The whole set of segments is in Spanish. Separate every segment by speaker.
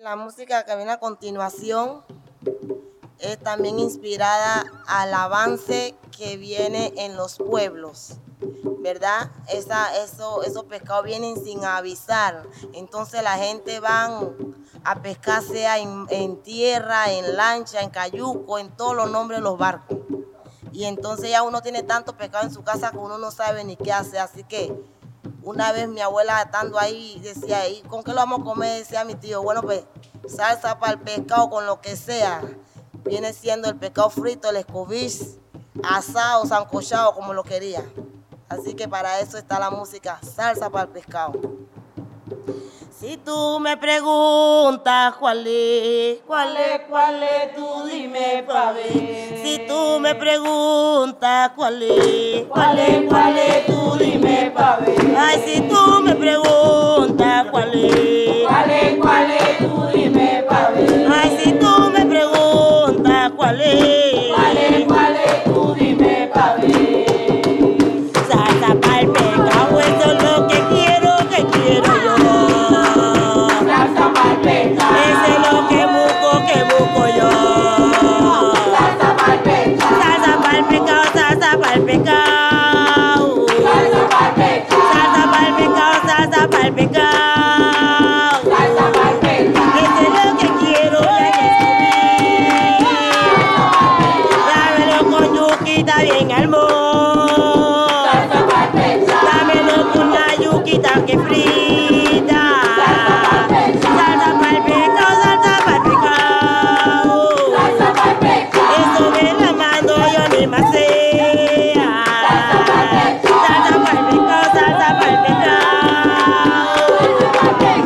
Speaker 1: La música que viene a continuación es también inspirada al avance que viene en los pueblos, ¿verdad? Esa, eso, esos pescados vienen sin avisar, entonces la gente van a pescar sea en, en tierra, en lancha, en cayuco, en todos los nombres de los barcos. Y entonces ya uno tiene tanto pescado en su casa que uno no sabe ni qué hacer, así que una vez mi abuela estando ahí decía, ¿y con qué lo vamos a comer? Decía mi tío, bueno, pues salsa para el pescado con lo que sea. Viene siendo el pescado frito, el escobiz, asado, zancochado, como lo quería. Así que para eso está la música, salsa para el pescado. Si tú me preguntas cuál es,
Speaker 2: cuál es, cuál es, tú dime pa' ver.
Speaker 1: Si tú me preguntas cuál es,
Speaker 2: cuál es, cuál es, tú dime pa' ver.
Speaker 1: Ay, si tú me preguntas cuál es,
Speaker 2: cuál es, cuál es, tú dime pa' ver.
Speaker 1: ay, si tú me preguntas cuál es,
Speaker 2: Cuál es, cuál es, tú dime pa' ver.
Speaker 1: salsa para el pescado, eso es lo que quiero, que quiero yo.
Speaker 2: Salsa pa'l pescado.
Speaker 1: Ese es lo que busco, que busco yo.
Speaker 2: Salsa pa'l pescado.
Speaker 1: Salsa para el pescado, salsa para el pescado.
Speaker 2: Salsa pa'l pescado.
Speaker 1: Salsa para el pescado, salsa para el pescado.
Speaker 2: Salsa pa'l pescado.
Speaker 1: Eso Este es lo que quiero, ya descubrí. Dámelo con yuquita bien al moho.
Speaker 2: Salsa pa'l pescado.
Speaker 1: Dámelo con una yuquita que frita. Salsa para el pescado, salsa para el pescado.
Speaker 2: Salsa pa'l pescado.
Speaker 1: Eso me la mando yo ni más sea. Salsa para el pescado, salsa para el pescado.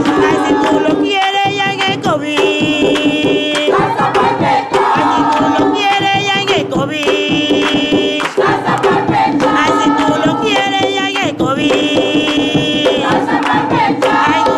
Speaker 2: Salsa pa'l pescado.
Speaker 1: Ay, si tú lo quieres, ya en el COVID.
Speaker 2: Salsa pa'l pescado.
Speaker 1: Ay, si tú lo quieres, ya en el COVID.
Speaker 2: Salsa pa'l pescado.
Speaker 1: Ay, si tú lo quieres, ya en el COVID.
Speaker 2: Salsa pa'l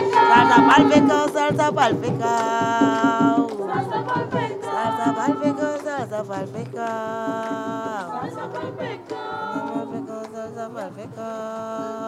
Speaker 1: pecao, salsa pa'l pecao.
Speaker 2: Salsa pa'l pecao.
Speaker 1: Salsa pa'l pecao, salsa pa'l pecao.
Speaker 2: Salsa pa'l pecao.
Speaker 1: Salsa pa'l pecao, salsa pa'l pecao.